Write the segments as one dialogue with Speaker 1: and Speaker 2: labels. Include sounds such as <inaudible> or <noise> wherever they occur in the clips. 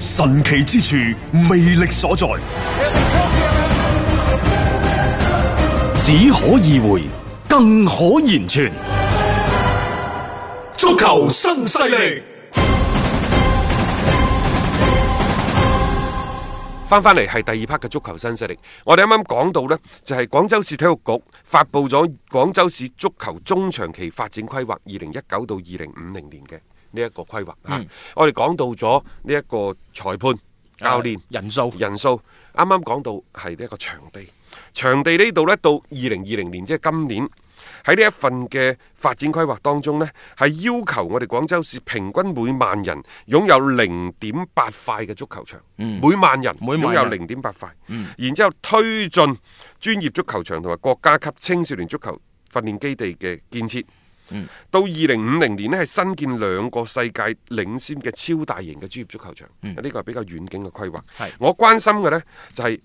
Speaker 1: 神奇之處，魅力所在，
Speaker 2: 只可意會，更可言傳。
Speaker 3: 足球新勢力，
Speaker 4: 翻翻嚟係第二 part 嘅足球新勢力，我哋啱啱講到呢，就係、廣州市體育局發布咗廣州市足球中長期發展規劃二零一九到二零五零年嘅呢一個規劃啊。我哋講到咗呢一個裁判、教練、
Speaker 2: 人數
Speaker 4: 人數，啱啱講到係呢一個場地，場地呢度呢，到二零二零年，即係今年。喺呢一份嘅發展規劃當中呢，係要求我哋廣州市平均每萬人擁有零點八塊嘅足球場，每萬人
Speaker 2: 嗯每萬
Speaker 4: 擁有
Speaker 2: 人嗯
Speaker 4: 零點八塊，然之後推進專業足球場同埋國家級青少年足球訓練基地嘅建設。到二零五零年呢，係新建兩個世界領先嘅超大型嘅專業足球場，呢、個係比較遠景嘅規劃
Speaker 2: 係。
Speaker 4: 我關心嘅呢，就係、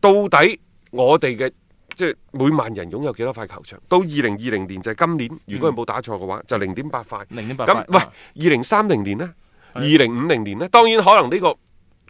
Speaker 4: 到底我哋嘅即係每萬人擁有幾多塊球場？到二零二零年就係今年，如果佢冇打錯嘅話，就嗯零點八塊。
Speaker 2: 0.8
Speaker 4: 咁喂，
Speaker 2: 啊
Speaker 4: 二零三零年呢？二零五零年呢？當然可能呢、個。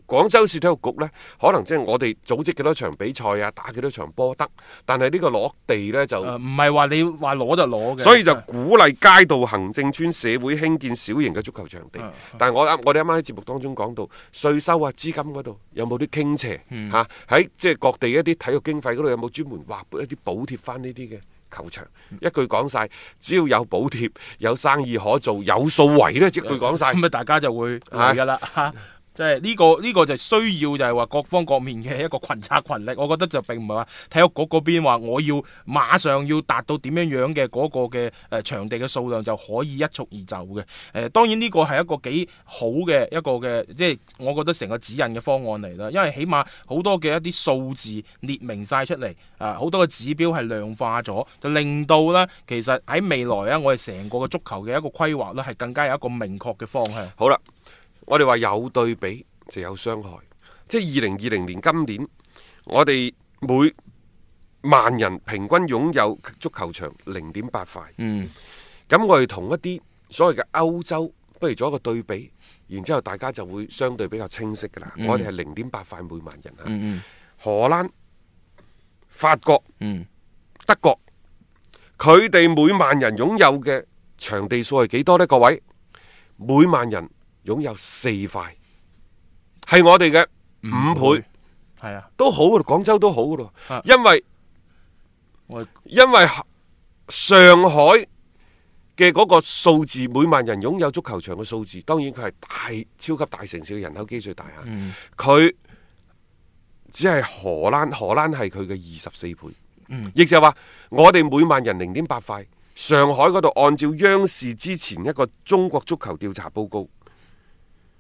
Speaker 4: 廣州市體育局呢，可能即係我哋組織幾多場比賽啊，打幾多場波得，但係呢個落地呢，就
Speaker 2: 誒唔係話你話攞就攞嘅，
Speaker 4: 所以就鼓勵街道行政村社會興建小型嘅足球場地。但係我啱我哋啱啱喺節目當中講到税收啊、資金嗰度有冇啲傾斜嚇？喺即係各地一啲體育經費嗰度有冇專門劃撥一啲補貼翻呢啲嘅？球場一句講晒，只要有補貼、有生意可做、有數為呢，一句講晒。
Speaker 2: 咁啊，大家就會嚟噶啦嚇。即係呢個呢、個就需要就係話各方各面嘅一個群策群力，我覺得就並唔係話體育局嗰邊話我要馬上要達到點樣樣嘅嗰個嘅誒、呃、場地嘅數量就可以一蹴而就嘅。誒、當然呢個係一個幾好嘅一個嘅，即係我覺得成個指引嘅方案嚟啦，因為起碼好多嘅一啲數字列明晒出嚟，啊好多嘅指標係量化咗，就令到呢其實喺未來啊，我哋成個嘅足球嘅一個規劃呢，係更加有一個明確嘅方向。
Speaker 4: 好啦，我哋話有對比就有傷害，即係二零二零年今年，我哋每萬人平均擁有足球場零點八塊。
Speaker 2: 嗯，
Speaker 4: 咁我哋同一啲所謂嘅歐洲，不如做一個對比，然之後大家就會相對比較清晰㗎啦。
Speaker 2: 嗯
Speaker 4: 我哋係零點八塊每萬人啊，荷蘭、法國、
Speaker 2: 嗯
Speaker 4: 德國，佢哋每萬人擁有嘅場地數係幾多呢？各位，每萬人擁有四塊，係我哋嘅五倍，
Speaker 2: 係啊，
Speaker 4: 都好㗎喇，廣州都好㗎
Speaker 2: 啊
Speaker 4: 喇，因為
Speaker 2: 我
Speaker 4: 因為上海嘅嗰個數字，每萬人擁有足球場嘅數字，當然佢係大超級大城市嘅人口基數大嚇，
Speaker 2: 嗯
Speaker 4: 佢、只係荷蘭，荷蘭係佢嘅二十四倍，
Speaker 2: 嗯
Speaker 4: 亦、就係話我哋每萬人零點八塊，上海嗰度按照央視之前一個中國足球調查報告，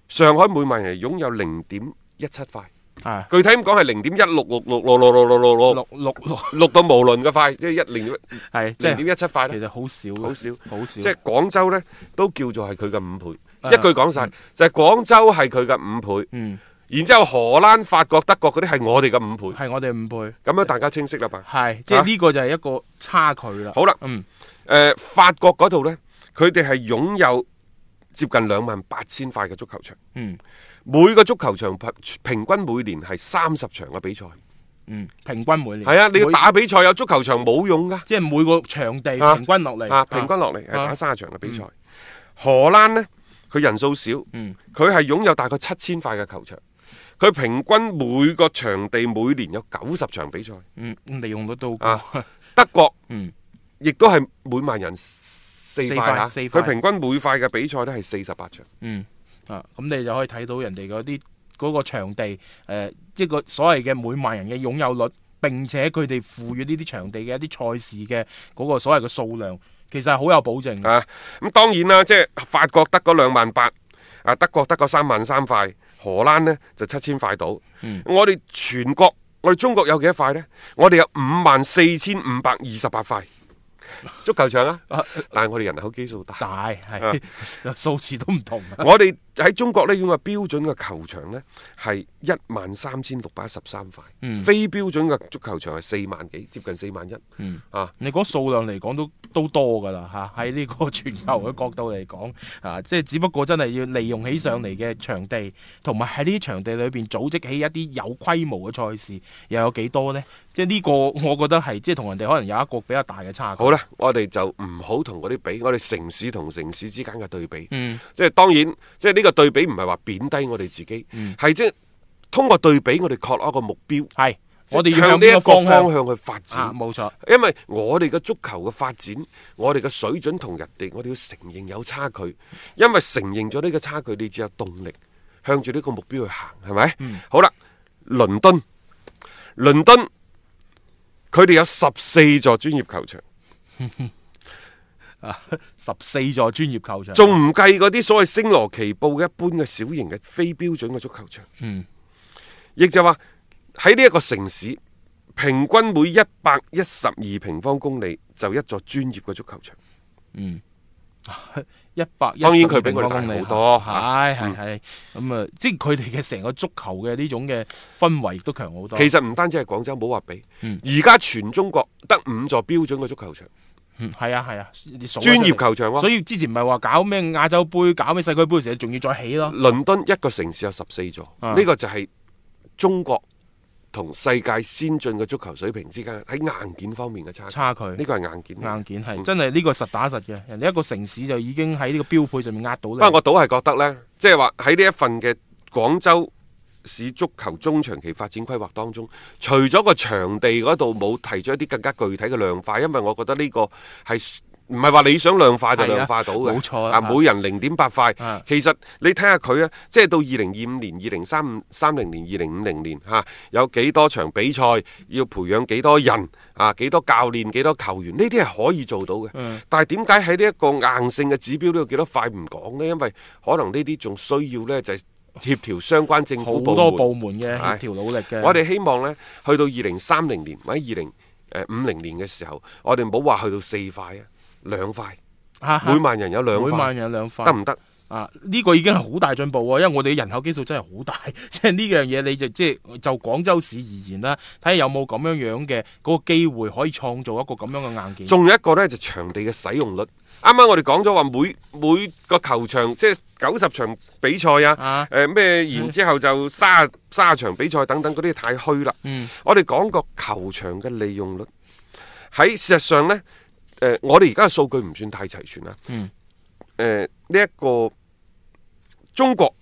Speaker 4: 上海每萬人擁有零點一七塊，
Speaker 2: 啊
Speaker 4: 具體咁講係零點一六六六六六六六六六
Speaker 2: 六六六
Speaker 4: 六到無論嘅快，即係一零
Speaker 2: 係即
Speaker 4: 零點
Speaker 2: 係
Speaker 4: 一七快
Speaker 2: 其
Speaker 4: 咧，
Speaker 2: 實好少嘅，
Speaker 4: 好少，
Speaker 2: 好少，
Speaker 4: 即係廣州呢，都叫做係佢嘅五倍。
Speaker 2: 啊
Speaker 4: 一句講晒，就係廣州係佢嘅五倍，
Speaker 2: 嗯
Speaker 4: 然之後荷蘭、法國、德國嗰啲係我哋嘅五倍。
Speaker 2: 係我哋五倍，
Speaker 4: 咁樣大家清晰啦吧？
Speaker 2: 係即係呢個就係一個差距啦。
Speaker 4: 好啦，
Speaker 2: 嗯，
Speaker 4: 誒法國嗰度呢，佢哋係擁有接近兩萬八千塊嘅足球場，
Speaker 2: 嗯，
Speaker 4: 每個足球場平平均每年係三十場嘅比賽。
Speaker 2: 嗯，平均每年
Speaker 4: 係啊，你要
Speaker 2: 每
Speaker 4: 打比賽有足球場冇用㗎。
Speaker 2: 即係每個場地
Speaker 4: 啊
Speaker 2: 平均落嚟
Speaker 4: 啊，平均落嚟係
Speaker 2: 啊
Speaker 4: 打三十場嘅比賽。荷蘭呢，佢人數少，
Speaker 2: 嗯
Speaker 4: 佢係擁有大概七千塊嘅球場，佢平均每個場地每年有九十場比賽。
Speaker 2: 嗯利用率都好 <laughs>
Speaker 4: 啊
Speaker 2: 高，
Speaker 4: 德國
Speaker 2: 哦嗯
Speaker 4: 亦都係每萬人四塊啊
Speaker 2: 四塊四塊
Speaker 4: 佢平均每塊嘅比賽呢係四十八場。
Speaker 2: 嗯啊，咁你就可以睇到人哋嗰啲嗰個場地誒、呃一個所謂嘅每萬人嘅擁有率，並且佢哋賦予呢啲場地嘅一啲賽事嘅嗰個所謂嘅數量，其實係好有保證嘅。
Speaker 4: 啊啊，咁當然啦，即係法國得嗰兩萬八，啊德國得嗰三萬三塊，荷蘭呢就七千塊到。我哋全國，我哋中國有幾多塊呢？我哋有五萬四千五百二十八塊足球場 <laughs> 啊，但係我哋人口基數大。
Speaker 2: 大係 <laughs> 數字都唔同啊。
Speaker 4: 我哋喺中國呢，用嘅標準嘅球場呢，係一萬三千六百一十三塊，非標準嘅足球場係四萬幾，接近四萬一。啊，
Speaker 2: 你講數量嚟講都都多㗎啦嚇，
Speaker 4: 嗯
Speaker 2: 喺呢個 <laughs> 全球嘅角度嚟講，啊，即係只不過真係要利用起上嚟嘅場地，同埋喺呢啲場地裏邊組織起一啲有規模嘅賽事，又有幾多呢？即係呢個我覺得係即係同人哋可能有一個比較大嘅差距。
Speaker 4: 好啦，我哋就唔好同嗰啲比，我哋城市同城市之間嘅對比，
Speaker 2: 嗯
Speaker 4: 即係當然，即係呢個對比唔係話貶低我哋自己，係即係通過對比我哋確立一個目標，
Speaker 2: 係我哋要
Speaker 4: 向
Speaker 2: 向
Speaker 4: 呢一
Speaker 2: 呢
Speaker 4: 個
Speaker 2: 個方
Speaker 4: 方
Speaker 2: 向
Speaker 4: 向去發展。
Speaker 2: 啊，冇錯，
Speaker 4: 因為我哋嘅足球嘅發展，我哋嘅水準同人哋，我哋要承認有差距，因為承認咗呢個差距，你只有動力向住呢個目標去行，係咪？好啦，倫敦，倫敦，佢哋有十四座專業球場，
Speaker 2: 十四座專業球場，
Speaker 4: 仲唔計嗰啲所謂星羅棋布嘅一般嘅小型嘅非標準嘅足球場。
Speaker 2: 嗯，
Speaker 4: 亦就話喺呢一個城市，平均每一百一十二平方公里就一座專業嘅足球場。
Speaker 2: 一百一
Speaker 4: 當然佢比我哋大好多
Speaker 2: 係係係咁啊！即係佢哋嘅成個足球嘅呢種嘅氛圍亦都強好多。
Speaker 4: 其實唔單止係廣州，冇話比。而家、全中國得五座標準嘅足球場，
Speaker 2: 嗯，係啊係啊，你數
Speaker 4: 專
Speaker 2: 咗
Speaker 4: 業
Speaker 2: 嚟
Speaker 4: 球場喎
Speaker 2: 所以之前唔係話搞咩亞洲杯、搞咩世界杯嘅時候，仲要再起咯。
Speaker 4: 倫敦一個城市有十四座，呢、
Speaker 2: 啊
Speaker 4: 個就係中國同世界先進嘅足球水平之間喺硬件方面嘅差距。
Speaker 2: 差距
Speaker 4: 呢個係硬件。
Speaker 2: 硬件係
Speaker 4: 嗯
Speaker 2: 真係呢個實打實嘅，人哋一個城市就已經喺呢個標配上面呃到你。
Speaker 4: 不過我倒係覺得呢，即係話喺呢一份嘅廣州市足球中長期發展規劃當中，除咗個場地嗰度冇提出一啲更加具體嘅量化，因為我覺得呢個係。唔係話你想量化就
Speaker 2: 係啊
Speaker 4: 量化到嘅，
Speaker 2: 冇錯
Speaker 4: 啊！
Speaker 2: 啊
Speaker 4: 每人零點八塊
Speaker 2: 啊，
Speaker 4: 其實你睇下佢啊，即係到二零二五年、二零三五、三零年、二零五零年嚇、有幾多場比賽，要培養幾多人啊，幾多教練、幾多球員，呢啲係可以做到嘅。
Speaker 2: 嗯
Speaker 4: 但係點解喺呢一個硬性嘅指標呢度幾多塊唔講呢？因為可能呢啲仲需要呢，就係、協調相關政
Speaker 2: 好
Speaker 4: 府部門。
Speaker 2: 多部門嘅
Speaker 4: 係
Speaker 2: 協調努力嘅。
Speaker 4: 我哋希望呢，去到二零三零年或者二零誒五零年嘅時候，我哋唔好話去到四塊啊，兩塊，
Speaker 2: 啊
Speaker 4: 每萬人有兩
Speaker 2: 每萬
Speaker 4: 塊，
Speaker 2: 人兩塊
Speaker 4: 得唔得？
Speaker 2: 啊！呢、個已經係好大進步喎，因為我哋嘅人口基數真係好大， <laughs> 即係呢樣嘢你就即係就廣州市而言啦，睇下有冇咁樣樣嘅嗰個機會可以創造一個咁樣嘅硬件。
Speaker 4: 仲有一個呢，就場地嘅使用率。啱啱我哋講咗話每每個球場即係九十場比賽啊
Speaker 2: 啊，
Speaker 4: 誒咩、然之後就卅卅場比賽等等嗰啲太虛啦。
Speaker 2: 嗯
Speaker 4: 我哋講過球場嘅利用率，喺事實上呢，誒、我哋而家嘅數據唔算太齊全啦。
Speaker 2: 嗯
Speaker 4: 誒呢一個中國，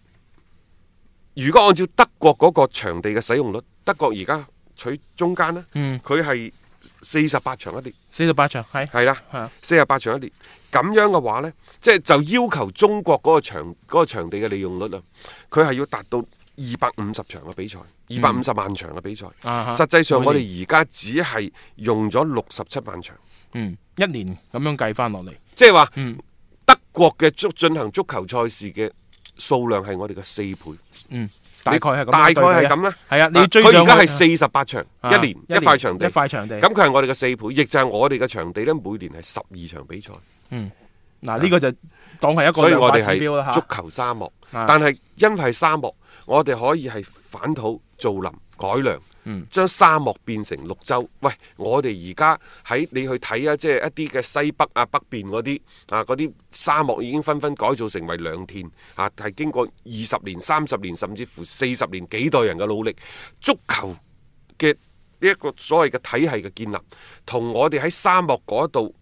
Speaker 4: 如果按照德國嗰個場地嘅使用率，德國而家取中間啦，
Speaker 2: 嗯，
Speaker 4: 佢係四十八場一年，
Speaker 2: 四十八場係
Speaker 4: 係啦。
Speaker 2: 係啊
Speaker 4: 四十八場一年，咁樣嘅話呢，即係就要求中國嗰個場嗰、個場地嘅利用率啊，佢係要達到二百五十場嘅比賽，二百五十萬場嘅比賽。
Speaker 2: 嗯啊哈
Speaker 4: 實際上我
Speaker 2: 每
Speaker 4: 哋而家只係用咗六十七萬場，
Speaker 2: 嗯一年咁樣計翻落嚟。
Speaker 4: 即係話、
Speaker 2: 嗯
Speaker 4: 德國嘅足進行足球賽事嘅數量係我哋嘅四倍。
Speaker 2: 嗯，大概係咁，
Speaker 4: 大概係咁啦。
Speaker 2: 係啊，你要追
Speaker 4: 佢
Speaker 2: 上
Speaker 4: 而家係
Speaker 2: 去
Speaker 4: 四十八場，
Speaker 2: 啊
Speaker 4: 一年一
Speaker 2: 年
Speaker 4: 塊場地，
Speaker 2: 一塊場地。
Speaker 4: 咁佢係我哋嘅四倍，亦就係我哋嘅場地呢，每年係十二場比賽，
Speaker 2: 嗱，呢個就當係一個
Speaker 4: 所以
Speaker 2: 量
Speaker 4: 我
Speaker 2: 化
Speaker 4: 哋
Speaker 2: 指標啦
Speaker 4: 係
Speaker 2: 嚇
Speaker 4: 足。球沙漠。
Speaker 2: 啊
Speaker 4: 但係因為係沙漠，我哋可以係反土造林改良。
Speaker 2: 嗯
Speaker 4: 將沙漠變成綠洲，喂！我哋而家喺你去睇啊，即係一啲嘅西北啊、北邊嗰啲啊，嗰啲沙漠已經紛紛改造成為良田啊，係經過二十年、三十年甚至乎四十年幾代人嘅努力，足球嘅呢一個所謂嘅體系嘅建立，同我哋喺沙漠嗰度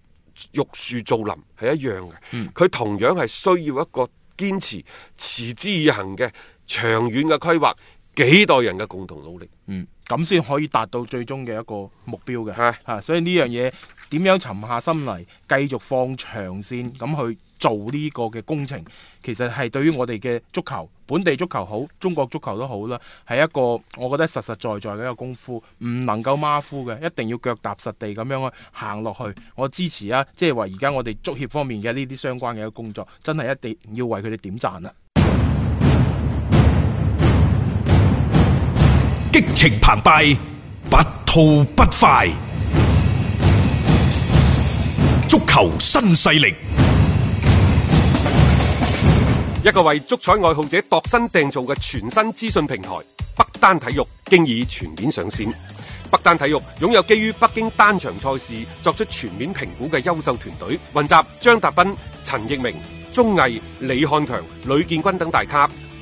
Speaker 4: 玉樹造林係一樣嘅。佢、同樣係需要一個堅持、持之以恒嘅長遠嘅規劃，幾代人嘅共同努力。
Speaker 2: 嗯，咁先可以達到最終嘅一個目標嘅。
Speaker 4: 係
Speaker 2: 啊所以呢樣嘢點樣沉下心嚟，繼續放長線咁去做呢個嘅工程，其實係對於我哋嘅足球、本地足球好、中國足球都好啦，係一個我覺得實實在在嘅一個功夫，唔能夠馬虎嘅，一定要腳踏實地咁樣去行落去。我支持啊，即係話而家我哋足協方面嘅呢啊啲相關嘅一個工作，真係一定要為佢哋點讚啦。
Speaker 3: 激情澎湃，不吐不快。足球新勢力，
Speaker 4: 一個為足彩愛好者度身訂造嘅全新資訊平台北單體育，經已全面上線。北單體育擁有基於北京單場賽事作出全面評估嘅優秀團隊，雲集張達斌、陳奕明、鐘毅、李漢強、呂建軍等大咖，